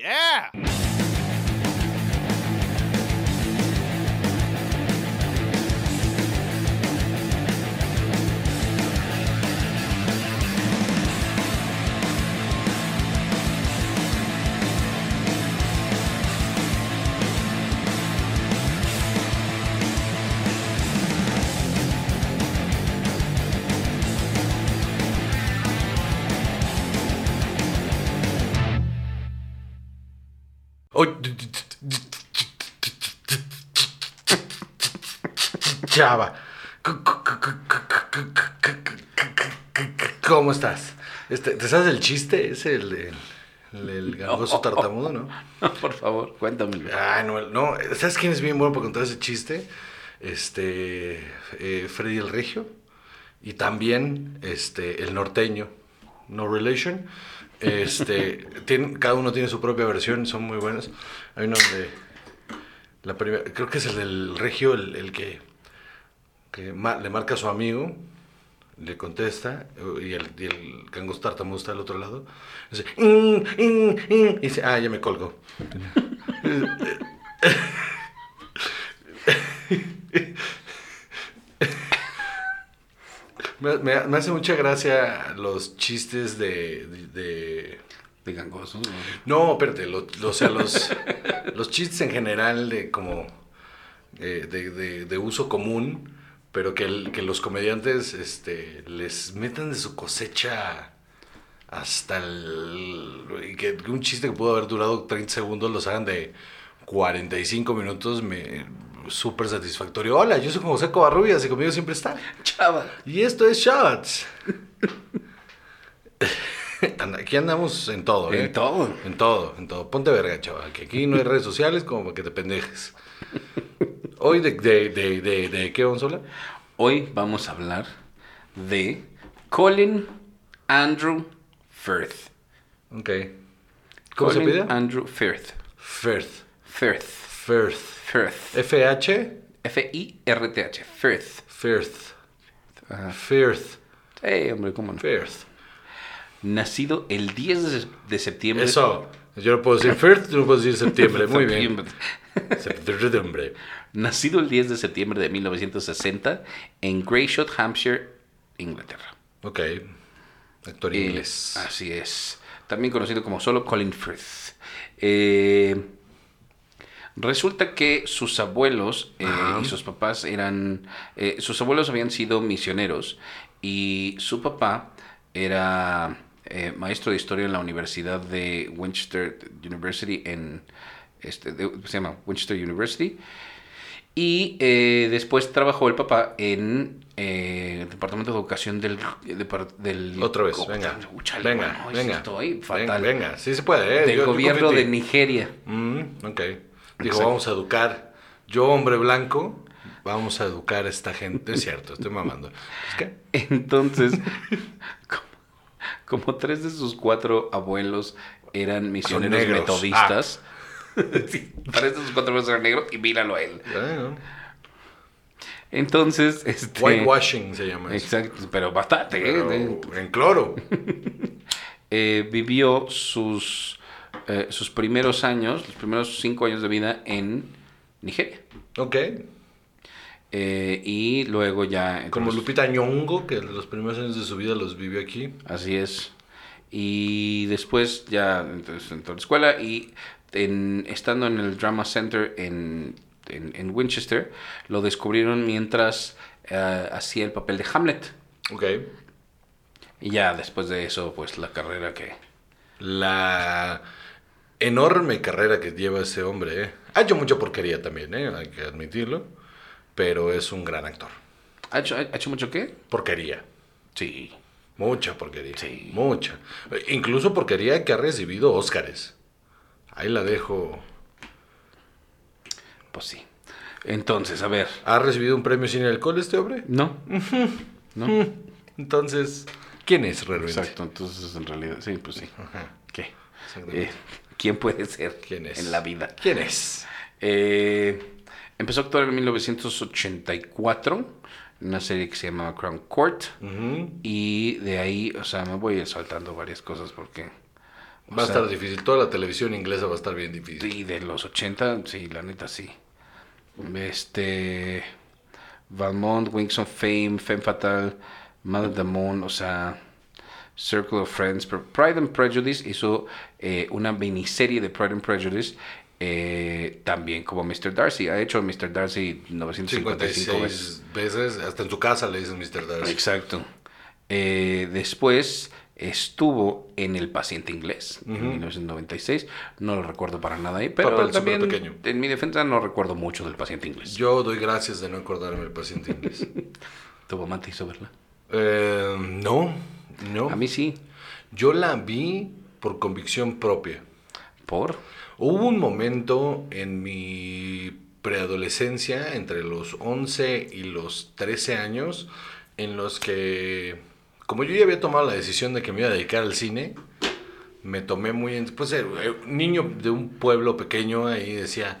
Yeah. Oy- Chava. ¿Cómo estás? Este, ¿Te sabes el chiste? Es el de- el del gangoso tartamudo, ¿no? Por favor, cuéntame. Ay, no, Ah, no. ¿Sabes quién es bien bueno para contar ese chiste? Este. eh, Freddy el Regio. Y también este, el norteño. No relation. Este. tienen- cada uno tiene su propia versión, son muy buenos. Hay uno donde. La primera, creo que es el del Regio, el, el que, que ma- le marca a su amigo, le contesta, y el, y el gangoso tartamudo está al otro lado. Dice, "Mm, mm, mm", y dice, ah, ya me colgó. Me, me- me hace mucha gracia los chistes de. de- de- De gangoso. ¿no? no, espérate, lo- lo- o sea, los, los chistes en general de como. eh, de, de- de uso común, pero que, el- que los comediantes este, les metan de su cosecha hasta el. y que un chiste que pudo haber durado 30 segundos los hagan de 45 minutos, me. Súper satisfactorio. Hola, yo soy José Covarrubias y conmigo siempre está. Chava. Y esto es Shots. Anda, Aquí andamos en todo, ¿eh? En todo. En todo, en todo. Ponte verga, chaval, que aquí no hay redes sociales como para que te pendejes. Hoy de, de, de, de, de qué vamos a hablar? Hoy vamos a hablar de Colin Andrew Firth. Ok. ¿Cómo se Colin pide? Andrew Firth. Firth. Firth. Firth. Firth. F-H. F-I-R-T-H. Firth. Firth. Ajá. Firth. Eh, hombre, cómo no. Firth. Nacido el 10 de- de septiembre. Eso. Yo no puedo decir Firth, tú no puedes decir septiembre. Muy bien. Septiembre. Septiembre. Nacido el 10 de septiembre de 1960 en Greyshot, Hampshire, Inglaterra. Ok. Actor Eh, inglés. así es. También conocido como solo Colin Firth. Eh, resulta que sus abuelos eh, y sus papás eran. eh, sus abuelos habían sido misioneros y su papá era eh, maestro de historia en la Universidad de Winchester University en. Este, de- se llama Winchester University. Y eh, después trabajó el papá en eh, el Departamento de Educación del... depar- del Otra vez, co- venga. Úchale, venga, mano, hoy sí venga. Estoy Ven- fatal. Venga, sí se puede. ¿eh? Del Yo- yo gobierno confío de en ti. Nigeria. Mm, ok. Dijo, Exacto. vamos a educar. Yo, hombre blanco, vamos a educar a esta gente. Es cierto, estoy mamando. ¿Es qué? Entonces, como, como tres de sus cuatro abuelos eran misioneros negros. Ah. metodistas. sí, tres de sus cuatro abuelos eran negros y míralo a él. Bueno, Entonces, este... Whitewashing se llama eso. Exacto, pero bastante. ¿eh? pues. Pero De- en cloro. eh, vivió sus, eh, sus primeros años, los primeros cinco años de vida en Nigeria. Ok. Eh, y luego ya... Como entonces, Lupita Ñongo, que los primeros años de su vida los vivió aquí. Así es. Y después ya entonces, entró a la escuela y en- estando en el Drama Center en, en- en Winchester, lo descubrieron mientras eh, hacía el papel de Hamlet. Ok. Y ya después de eso, pues la carrera que... La enorme carrera que lleva ese hombre. ¿eh? Ha hecho mucha porquería también, ¿eh? hay que admitirlo. Pero es un gran actor. ¿Ha hecho, ha hecho mucho qué? Porquería. Sí. Mucha porquería. Sí. Mucha. Eh, Incluso porquería que ha recibido Óscares. Ahí la dejo. Pues sí. Entonces, a ver. ¿Ha recibido un premio sin alcohol este hombre? No. no. Entonces, ¿quién es realmente? Exacto, entonces en realidad, sí, pues sí. ¿Qué? Exactamente. Eh, ¿Quién puede ser ¿Quién es? en la vida? ¿Quién es? Eh, empezó a actuar en 1984 en una serie que se llamaba Crown Court. Ujú. Y de ahí, o sea, me voy a ir saltando varias cosas porque Va a estar difícil. Toda la televisión inglesa va a estar bien difícil. Y de los 80, sí, la neta sí. Este. Valmont, Wings of Fame, Femme Fatal, Madame Damon, o sea. Circle of Friends, pero Pride and Prejudice hizo eh, una miniserie de Pride and Prejudice eh, también como Mr. Darcy. Ha hecho Mr. Darcy 955 veces. 56 veces. Hasta en su casa le dicen Mr. Darcy. Exacto. Pues, Eh, después estuvo en El paciente inglés, en 1996. No lo recuerdo para nada ahí, pero Papel súper también pequeño. en mi defensa no recuerdo mucho del paciente inglés. Yo doy gracias de no acordarme del paciente inglés. Tu mamá te hizo verla. Eh, no, no. A mí sí. Yo la vi por convicción propia. Por. Hubo un momento en mi preadolescencia, entre los 11 y los 13 años, en los que, como yo ya había tomado la decisión de que me iba a dedicar al cine, me tomé muy en... Pues eh, eh, niño de un pueblo pequeño ahí decía,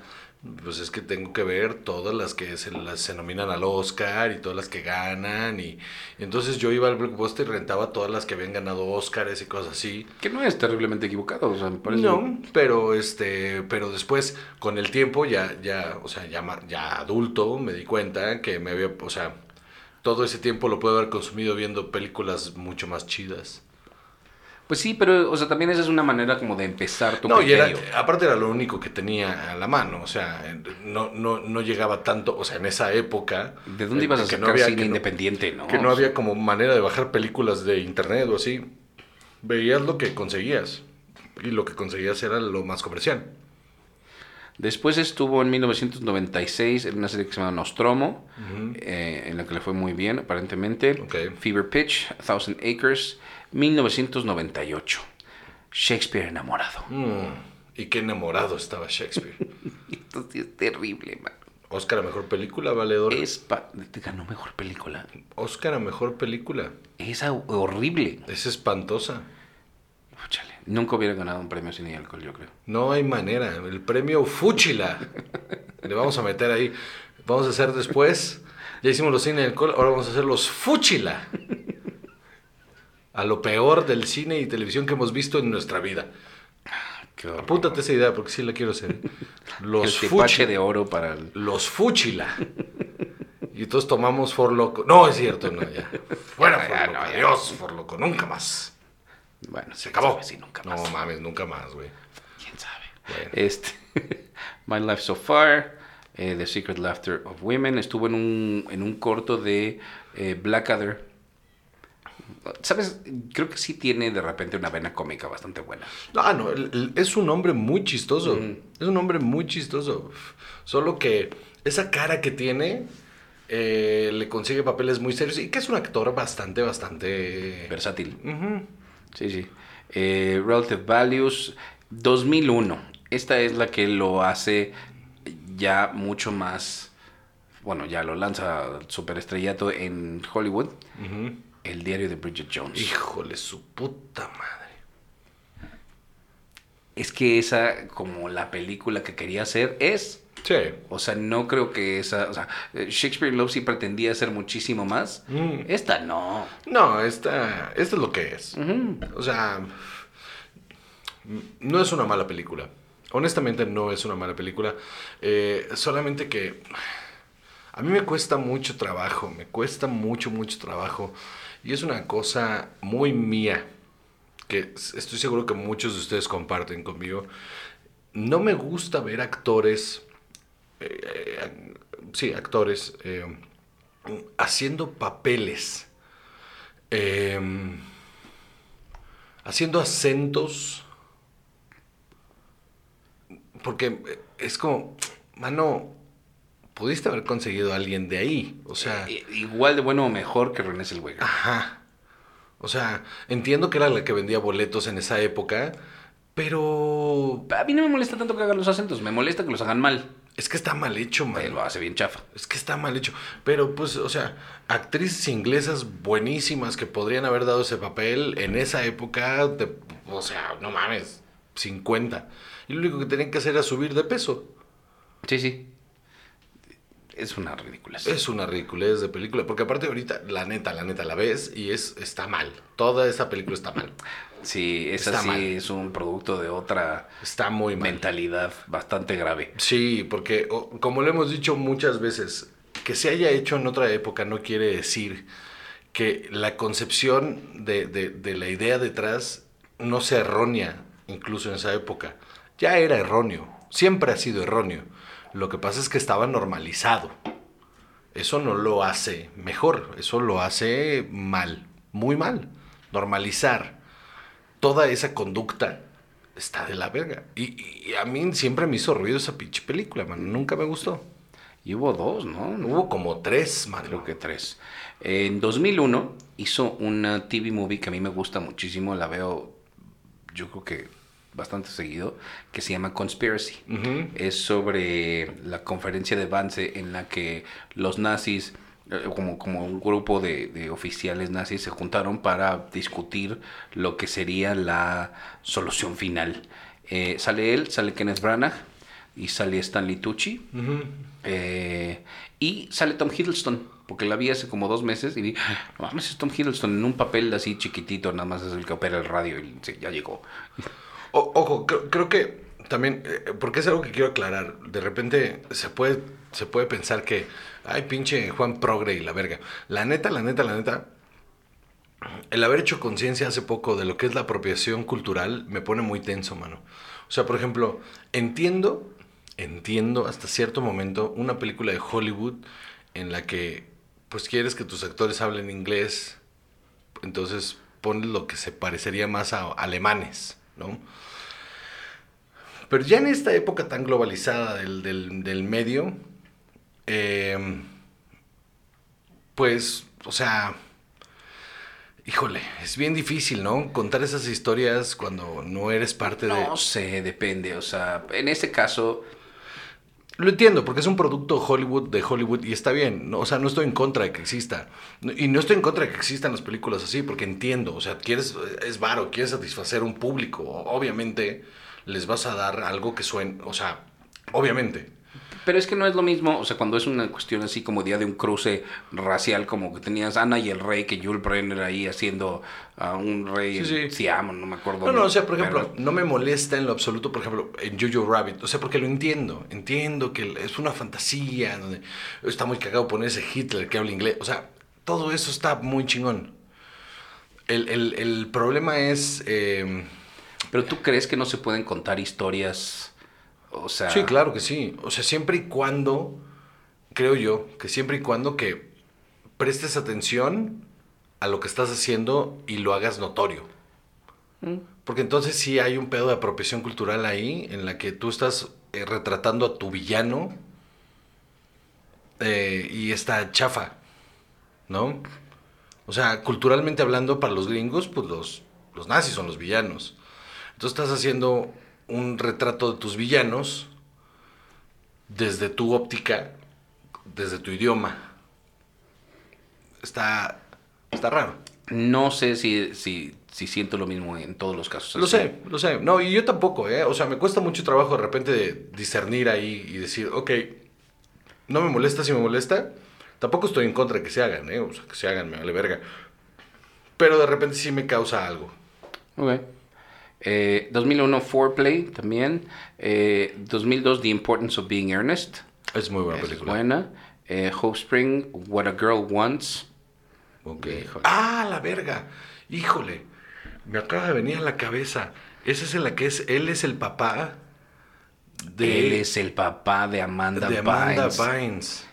pues es que tengo que ver todas las que se, las, se nominan al Oscar y todas las que ganan. Y, y entonces yo iba al Blockbuster y rentaba todas las que habían ganado Oscars y cosas así. Que no es terriblemente equivocado, o sea, me parece. No, pero este, pero después con el tiempo ya, ya, o sea, ya, ma- ya adulto me di cuenta que me había, o sea, todo ese tiempo lo puedo haber consumido viendo películas mucho más chidas. Pues sí, pero, o sea, también esa es una manera como de empezar tu No, y era, criterio. aparte era lo único que tenía a la mano, o sea, no, no, no llegaba tanto, o sea, en esa época. ¿De dónde ibas a que sacar no había- cine que no- independiente, no? Que no había como manera de bajar películas de internet o así. Veías lo que conseguías. Y lo que conseguías era lo más comercial. Después estuvo en 1996 en una serie que se llama Nostromo, eh, en la que le fue muy bien, aparentemente. Ok. Fever Pitch, A Thousand Acres, 1998. Shakespeare enamorado. Mm, y qué enamorado estaba Shakespeare. Esto sí es terrible, man. Oscar a mejor película, valedor. Es pa- ganó mejor película. Oscar a mejor película. Es au- horrible. Es espantosa. Chale, nunca hubiera ganado un premio sin alcohol, yo creo. No hay manera. El premio Fúchila. Le vamos a meter ahí. Vamos a hacer después. Ya hicimos los cine del alcohol, ahora vamos a hacer los Fúchila. A lo peor del cine y televisión que hemos visto en nuestra vida. Qué horror. Apúntate esa idea porque sí la quiero hacer. ¿eh? Los el tepache Fúchila. de oro para el... Los Fúchila. Y todos tomamos Forloco. No, es cierto, no, ya. Fuera Ya, ya, Forloco. no, ya. Adiós, Forloco. Nunca más. Bueno, Se acabó. Sí, nunca más. No mames, nunca más, güey. ¿Quién sabe? Bueno. Este, My Life So Far, eh, The Secret Laughter of Women, estuvo en un, en un corto de eh, Blackadder. ¿Sabes? Creo que sí tiene de repente una vena cómica bastante buena. Ah, no, el- el- es un hombre muy chistoso. Mm. Es un hombre muy chistoso. Solo que esa cara que tiene eh, le consigue papeles muy serios y que es un actor bastante, bastante... Versátil. Ujú. Sí, sí. Eh, Relative Values 2001. Esta es la que lo hace ya mucho más. Bueno, ya lo lanza superestrellato en Hollywood. El diario de Bridget Jones. Híjole, su puta madre. Es que esa, como la película que quería hacer, es. Sí. O sea, no creo que esa. O sea, eh, Shakespeare in Love sí pretendía hacer muchísimo más. Mm. Esta no. No, esta, esta es lo que es. O sea, no es una mala película. Honestamente no es una mala película. Eh, solamente que a mí me cuesta mucho trabajo, me cuesta mucho, mucho trabajo. Y es una cosa muy mía, que s- estoy seguro que muchos de ustedes comparten conmigo. No me gusta ver actores, eh, eh, sí, actores, eh, haciendo papeles em, haciendo acentos. Porque eh, es como, mano, pudiste haber conseguido a alguien de ahí. O sea, Ah. I- Igual de bueno o mejor que René Zellweger. ajá. O sea, entiendo que era la que vendía boletos en esa época, pero A mí no me molesta tanto que hagan los acentos. Me molesta que los hagan mal. es que está mal hecho, man. Pero lo hace bien chafa. Es que está mal hecho. Pero, pues, o sea, actrices inglesas buenísimas que podrían haber dado ese papel en esa época, de- o sea, no mames, 50. Y lo único que tenían que hacer era subir de peso. Sí, sí. Es una ridícula. Es una ridiculez de película, porque aparte ahorita, la neta, la neta, la ves y es está mal. Toda esa película está mal. Sí, esa Está sí mal. es un producto de otra Está muy mal. mentalidad bastante grave. Sí, porque o- como lo hemos dicho muchas veces, que se haya hecho en otra época no quiere decir que la concepción de, de- de la idea detrás no sea errónea, incluso en esa época. Ya era erróneo, siempre ha sido erróneo. Lo que pasa es que estaba normalizado. Eso no lo hace mejor, eso lo hace mal, muy mal. Normalizar toda esa conducta está de la verga. Y, y a mí siempre me hizo ruido esa pinche película, man. Nunca me gustó. Y hubo dos, ¿no? Hubo como tres, man. creo que tres. En 2001 hizo una TV movie que a mí me gusta muchísimo, la veo yo creo que bastante seguido, que se llama Conspiracy. Ujú. Es sobre la conferencia de Vance en la que los nazis, eh, como, como un grupo de, de oficiales nazis, se juntaron para discutir lo que sería la solución final. Eh, sale él, sale Kenneth Branagh y sale Stanley Tucci. Ujú. Eh, y sale Tom Hiddleston, porque la vi hace como dos meses y vi, no mames, es Tom Hiddleston en un papel así chiquitito, nada más es el que opera el radio y sí, ya llegó. O- ojo, creo, creo que también, eh, porque es algo que quiero aclarar, de repente se puede, se puede pensar que, ay, pinche Juan Progre y la verga. La neta, la neta, la neta, el haber hecho conciencia hace poco de lo que es la apropiación cultural me pone muy tenso, mano. O sea, por ejemplo, entiendo, entiendo hasta cierto momento una película de Hollywood en la que, pues, quieres que tus actores hablen inglés, entonces pones lo que se parecería más a alemanes, ¿no? Pero ya en esta época tan globalizada del, del- del medio, eh, pues, o sea, híjole, es bien difícil, ¿no? Contar esas historias cuando no eres parte de... No sé, depende, o sea, en este caso, Lo entiendo, porque es un producto Hollywood de Hollywood y está bien. ¿no? O sea, no estoy en contra de que exista. No- Y no estoy en contra de que existan las películas así, porque entiendo. O sea, quieres, es varo, quieres satisfacer un público. O- Obviamente les vas a dar algo que suene. O sea, obviamente. pero es que no es lo mismo, o sea, cuando es una cuestión así como día de un cruce racial, como que tenías Ana y el rey, que Jules Brenner ahí haciendo a un rey Sí, en sí. Siam, no me acuerdo. No, no, o sea, por ejemplo, ¿verdad? no me molesta en lo absoluto, por ejemplo, en Jojo Rabbit. O sea, porque lo entiendo. Entiendo que es una fantasía. Donde está muy cagado ponerse Hitler que habla inglés. O sea, todo eso está muy chingón. El, el- el problema es... eh, Pero tú crees que no se pueden contar historias, o sea... Sí, claro que sí. O sea, siempre y cuando, creo yo, que siempre y cuando que prestes atención a lo que estás haciendo y lo hagas notorio. Porque entonces sí hay un pedo de apropiación cultural ahí en la que tú estás eh, retratando a tu villano eh, y está chafa, ¿no? O sea, culturalmente hablando, para los gringos, pues los, los nazis son los villanos. Entonces estás haciendo un retrato de tus villanos desde tu óptica, desde tu idioma. Está, está raro. No sé si, si, si siento lo mismo en todos los casos. Lo así. sé, lo sé. No, y yo tampoco, ¿eh? O sea, me cuesta mucho trabajo de repente de discernir ahí y decir, ok, no me molesta si me molesta. Tampoco estoy en contra de que se hagan, ¿eh? O sea, que se hagan, me vale verga. Pero de repente sí me causa algo. Ok. Eh, 2001 Foreplay también. Eh, 2002 The Importance of Being Earnest. Es muy buena Esa es película. buena. Eh, Hope Spring, What a Girl Wants. Ok. Híjole. Ah, la verga. Híjole. Me acaba de venir a la cabeza. Esa es en la que es, él es el papá de, Él es el papá de Amanda, de Amanda Bynes. Bynes.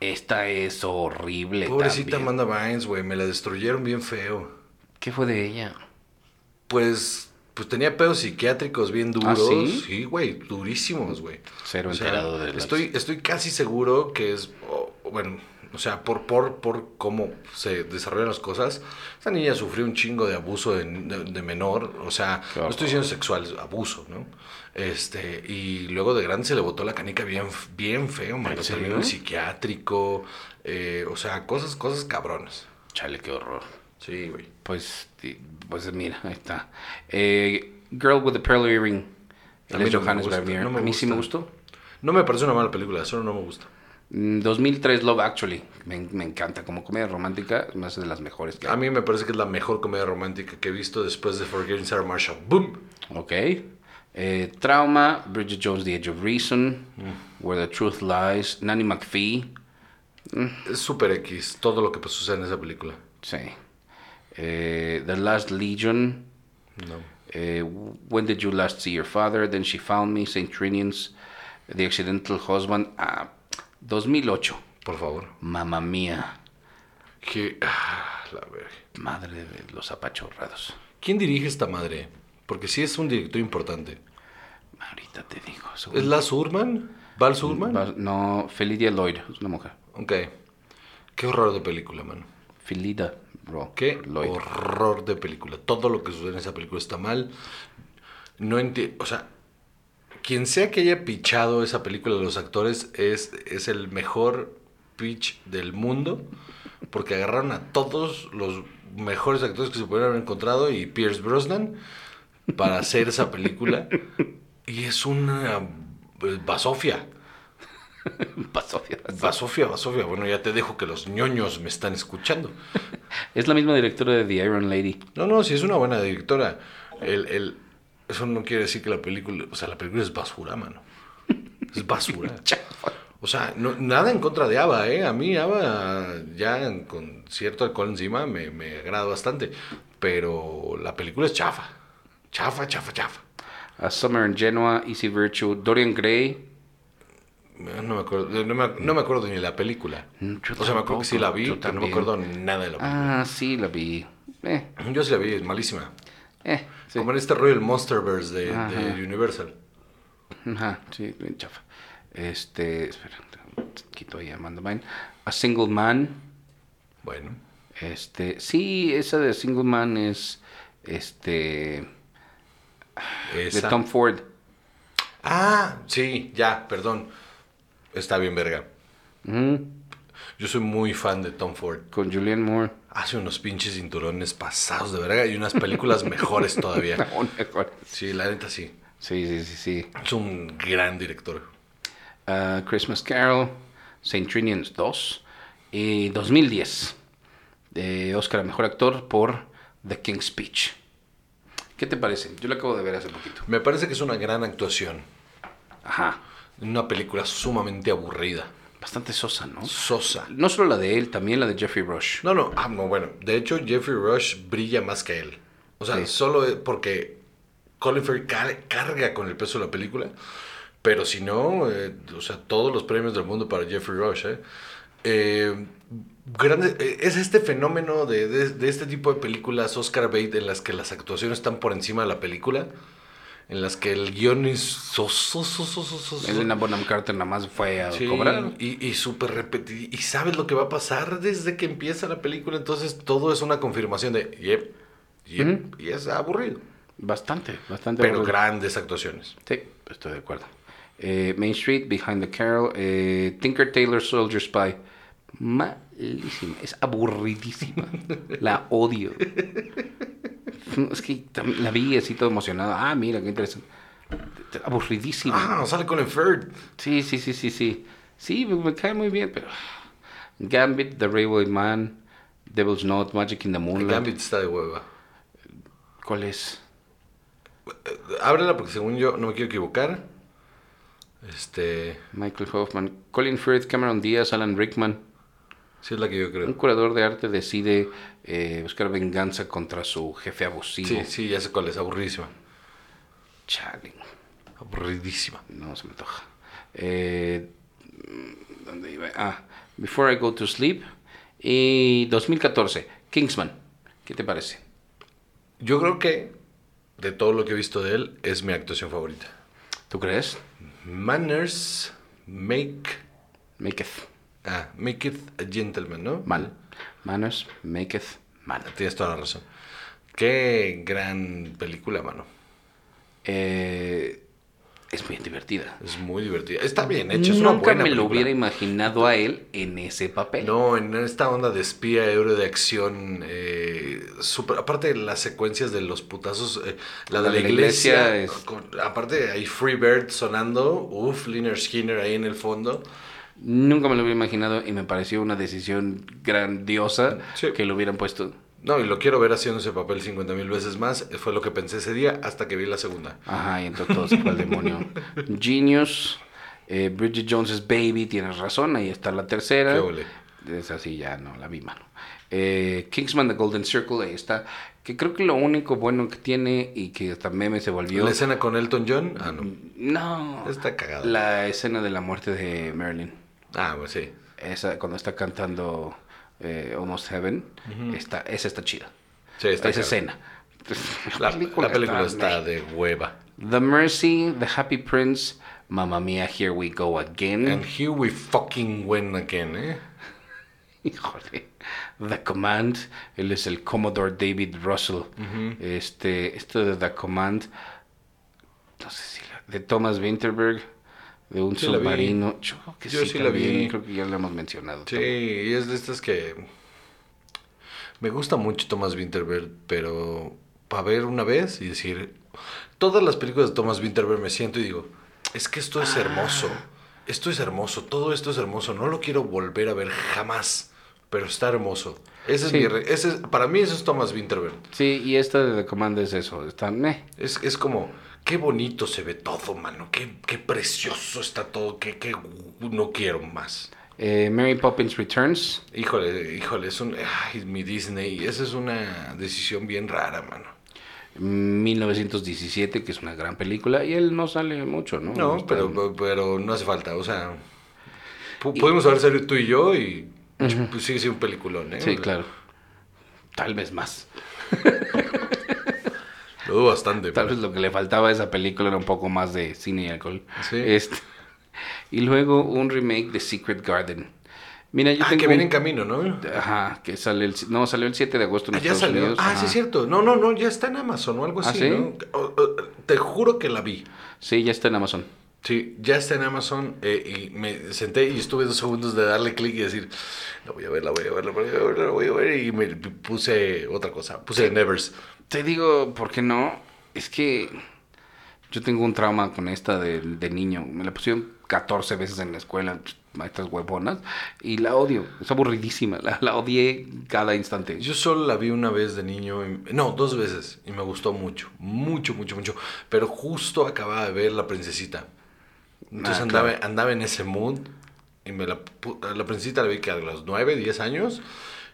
Esta es horrible Pobrecita también. Amanda Bynes, güey. Me la destruyeron bien feo. ¿Qué fue de ella? Pues, pues tenía pedos psiquiátricos bien duros. ¿Ah, ¿sí? güey, durísimos, güey. Cero enterado de las- estoy, estoy casi seguro que es, o- bueno, o sea, por, por, por cómo se desarrollan las cosas, esta niña sufrió un chingo de abuso de, de- de menor, o sea, Qué no horror. estoy diciendo sexual, abuso, ¿no? Este, y luego de grande se le botó la canica bien, f- bien feo, man, ¿En lo serio? terminó en psiquiátrico, eh, o sea, cosas, cosas cabronas. Chale, qué horror. Sí, güey. Pues, ti- pues mira, ahí está. Eh, Girl with the Pearl Earring. A El mí de no me Johannes gusta, Vermeer. no me a mí sí me gusta. gustó. No me parece una mala película, solo no me gusta. Mm, 2003 Love Actually. Me, me encanta como comedia romántica, es más de las mejores que A hay. mí me parece que es la mejor comedia romántica que he visto después de Forgetting Sarah Marshall. ¡Boom! Ok. Eh, Trauma, Bridget Jones, The Edge of Reason, Mm. Where the Truth Lies, Nanny McPhee. Es súper X todo lo que pues sucede en esa película. Sí. Eh, the Last Legion. No. eh, When Did You Last See Your Father? Then She Found Me, Saint Trinians, The Accidental Husband. Ah, 2008. Por favor. Mamma mía. Que- ah, la verga. Madre de los apachorrados. ¿Quién dirige esta madre? Porque sí es un director importante. Ahorita te digo. según- ¿Es Lars Urman? ¿Val Urman? Vas- No, Felidia Lloyd. Es una mujer. Ok. Qué horror de película, mano. Felida, bro. Qué Lloyd. horror de película. Todo lo que sucede en esa película está mal. No entiendo. O sea, quien sea que haya pichado esa película de los actores es, es el mejor pitch del mundo. Porque agarraron a todos los mejores actores que se pudieran haber encontrado y Pierce Brosnan para hacer esa película. Y es una eh, basofia. Pasó, ya pasó. Basofia, basofia. Bueno, ya te dejo que los ñoños me están escuchando. Es la misma directora de The Iron Lady. No, no, sí es una buena directora. El, el- eso no quiere decir que la película, o sea, la película es basura, mano. Es basura. O sea, no- nada en contra de Ava, ¿eh? A mí Ava ya en- con cierto alcohol encima me, me agrada bastante. Pero la película es chafa. Chafa, chafa, chafa. A Summer in Genoa, Easy Virtue, Dorian Gray. No me acuerdo, no me, no me acuerdo ni de la película. Mm, yo O sea, me acuerdo que sí la vi, tampoco, yo pero no me también. acuerdo nada de la película. Ah, sí, la vi. Eh, Yo sí la vi, es malísima. eh, sí. Como en este rollo del Monsterverse de, de Ajá. Universal. Ajá, sí, bien chafa. Este, espera, quito ahí a Amanda Mine. A Single Man. Bueno. Este, sí, esa de Single Man es este de esa. Tom Ford. Ah, sí, ya, perdón. Está bien, verga. Ujú, Yo soy muy fan de Tom Ford. Con Julianne Moore. Hace unos pinches cinturones pasados de verga y unas películas mejores todavía. Aún mejor. Sí, la neta sí. Sí, sí, sí, sí. Es un gran director. Ah, Christmas Carol, Saint Trinians 2 y 2010. Eh, Oscar a mejor actor por The King's Speech. ¿Qué te parece? Yo lo acabo de ver hace poquito. Me parece que es una gran actuación. Ajá. Una película sumamente aburrida. Bastante sosa, ¿no? Sosa. No solo la de él, también la de Jeffrey Rush. No, no, ah, no, bueno. De hecho, Jeffrey Rush brilla más que él. O sea, Sí. solo es porque Colin Firth car- carga con el peso de la película. Pero si no, eh, o sea, todos los premios del mundo para Jeffrey Rush, ¿eh? Eh, grande- eh, es este fenómeno de, de- de este tipo de películas Oscar Bate en las que las actuaciones están por encima de la película, en las que el guión es... so- so- so- so- so- so- so- Elena Bonham Carter nada más fue a Sí, cobrar. Y, y súper repetido. Y sabes lo que va a pasar desde que empieza la película. Entonces todo es una confirmación de, yep, yep, y es aburrido. Bastante, bastante. Pero aburrido. grandes actuaciones. Sí, estoy de acuerdo. Eh, Main Street, Behind the Carol, eh, Tinker Taylor Soldier Spy. Malísima, es aburridísima. La odio. Es que tam- la vi así todo emocionada. Ah, mira, qué interesante. Aburridísima. Ah, sale Colin Firth. Sí, sí, sí, sí, sí. Sí, me, me cae muy bien, pero... Gambit, The Railway Man, Devil's Knot, Magic in the El Moonlight. Gambit está de hueva. ¿Cuál es? Eh, Ábrela porque según yo no me quiero equivocar. Este, Michael Hoffman, Colin Firth, Cameron Díaz, Alan Rickman. sí es la que yo Un creo. curador de arte decide eh, buscar venganza contra su jefe abusivo. Sí, sí, ya sé cuál es. Aburridísima. Chale, Aburridísima. no se me antoja. Eh, ¿Dónde iba? Ah, Before I Go to Sleep. Y 2014, Kingsman. ¿Qué te parece? Yo creo que de todo lo que he visto de él es mi actuación favorita. ¿Tú crees? Manners make Maketh Ah, make it a gentleman, ¿no? man. Manners, maketh man. Tienes toda la razón. Qué gran película, mano. Eh, es muy divertida. Es muy divertida. Está bien hecha, es una Nunca buena me lo película. hubiera imaginado a él en ese papel. No, en esta onda de espía, héroe de acción, eh, super- aparte de las secuencias de los putazos, eh, la de la, iglesia, iglesia es- con- aparte hay Free Bird sonando, uff, Liner Skinner ahí en el fondo, Nunca me lo hubiera imaginado y me pareció una decisión grandiosa Sí. que lo hubieran puesto. No, y lo quiero ver haciendo ese papel 50 mil veces más. Fue lo que pensé ese día hasta que vi la segunda. Ajá, y entonces todo se fue al demonio. Genius, eh, Bridget Jones es Baby, tienes razón, ahí está la tercera. Qué ole. Es así, ya no, la vi mano. Eh, Kingsman The Golden Circle, ahí está. Que creo que lo único bueno que tiene y que hasta meme se volvió. La escena con Elton John. Ah, no. No. Está cagada. La escena de la muerte de Marilyn. Ah, pues sí. Esa, cuando está cantando eh, Almost Heaven, está, esa está chida. Sí, está esa cagada. escena. La, la película, está, de hueva. The Mercy, The Happy Prince, Mamma Mia, Here We Go Again. And here we fucking win again, ¿eh? Híjole. The Command. Él es el Commodore David Russell. Este, esto de The Command. No sé si la- de Thomas Winterberg. De un Sí la vi. submarino. Yo creo que Yo sí, sí la también, vi. Creo que ya lo hemos mencionado. Sí, y es de estas que. Me gusta mucho Thomas Winterberg, pero para ver una vez y decir. Todas las películas de Thomas Winterberg me siento y digo: Es que esto Ah. es hermoso. Esto es hermoso. Todo esto es hermoso. No lo quiero volver a ver jamás. Pero está hermoso. Ese Sí. es mi. re- ese es- para mí, eso es Thomas Winterberg. Sí, y esta de The Command es eso. eh, Está meh. Es, es como, qué bonito se ve todo, mano. Qué, qué precioso está todo. Qué, qué gu- no quiero más. Eh, Mary Poppins Returns. Híjole, híjole, es un. Ay, mi Disney. Esa es una decisión bien rara, mano. 1917, que es una gran película. Y él no sale mucho, ¿no? Este, mm, No, Está- pero, pero- pero no hace falta. O sea, pu- podemos haber salido tú y yo y pues, sigue siendo un peliculón, ¿eh? Sí, claro. Tal vez más. Lo dudo bastante. Tal pero- vez lo que le faltaba a esa película era un poco más de cine y alcohol. Sí. Este, y luego un remake de Secret Garden. Mira, yo Ah, tengo que viene en un- camino, ¿no? Ajá, que sale el... No, salió el 7 de agosto en Ah, ya Estados salió. Unidos. ah, sí, Ajá. es cierto. No, no, no, ya está en Amazon o algo ¿Ah, así, sí? ¿no? O- o- te juro que la vi. Sí, ya está en Amazon. Sí, ya está en Amazon eh, y me senté y estuve dos segundos de darle clic y decir, la voy a ver, la voy a ver, la voy a ver, la voy a ver y me puse otra cosa, puse Nevers. Te digo, ¿por qué no? Es que yo tengo un trauma con esta de, de niño. Me la pusieron 14 veces en la escuela, maestras huevonas, y la odio. Es aburridísima. La, la odié cada instante. Yo solo la vi una vez de niño, y- no, dos veces y me gustó mucho, mucho, mucho, mucho, pero justo acababa de ver La Princesita. Entonces Ah, andaba, andaba en ese mood y me la, pu- la Princesita la vi que a los 9, 10 años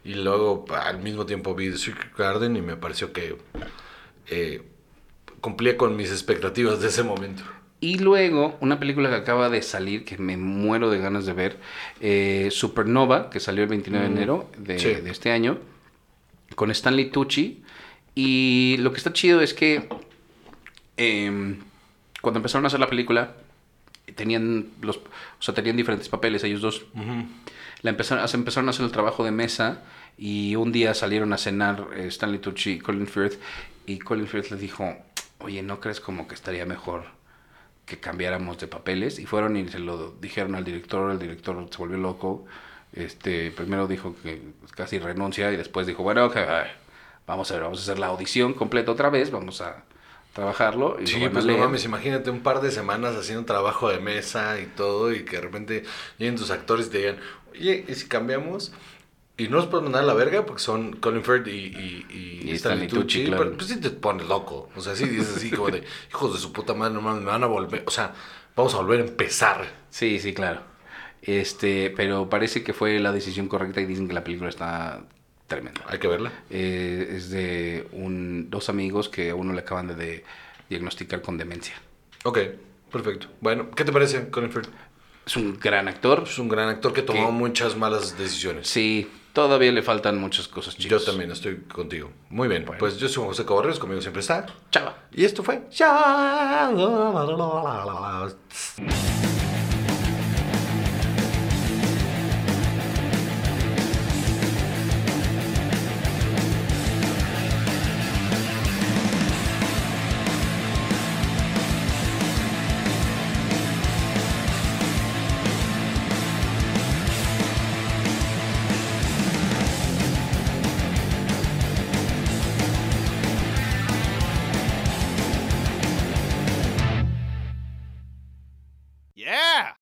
y luego pa, al mismo tiempo vi The Secret Garden y me pareció que eh, cumplía con mis expectativas de ese momento. Y luego, una película que acaba de salir, que me muero de ganas de ver, eh, Supernova, que salió el 29 de enero de, sí. de este año, con Stanley Tucci. Y lo que está chido es que eh, cuando empezaron a hacer la película, tenían los o sea, tenían diferentes papeles ellos dos. La empezaron, se empezaron a hacer el trabajo de mesa y un día salieron a cenar eh, Stanley Tucci y Colin Firth y Colin Firth les dijo, oye, ¿no crees como que estaría mejor que cambiáramos de papeles? Y fueron y se lo dijeron al director, el director se volvió loco, este, primero dijo que casi renuncia y después dijo, bueno, ok, a ver, vamos a ver, vamos a hacer la audición completa otra vez, vamos a trabajarlo. Y lo Sí, van a pues no leer". mames, imagínate un par de semanas haciendo trabajo de mesa y todo, y que de repente lleguen tus actores y te digan, oye, ¿y si cambiamos? Y no los puedes mandar a la verga porque son Colin Firth y, y, y, Y Stanley Tucci, pero, claro. pues sí te pone loco. O sea, sí dices así como de, hijos de su puta madre, no mames, me van a volver, o sea, vamos a volver a empezar. Sí, sí, claro. Este, pero parece que fue la decisión correcta y dicen que la película está tremenda. Hay que verla. Eh, es de un, dos amigos que a uno le acaban de, de diagnosticar con demencia. Ok, perfecto. Bueno, ¿qué te parece, Colin Firth? Es un gran actor. Es un gran actor que tomó ¿Qué? muchas malas decisiones. Sí, todavía le faltan muchas cosas Yo chicas. también estoy contigo. Muy bien, pues yo soy José Cabarreros, conmigo siempre está Chava. Y esto fue.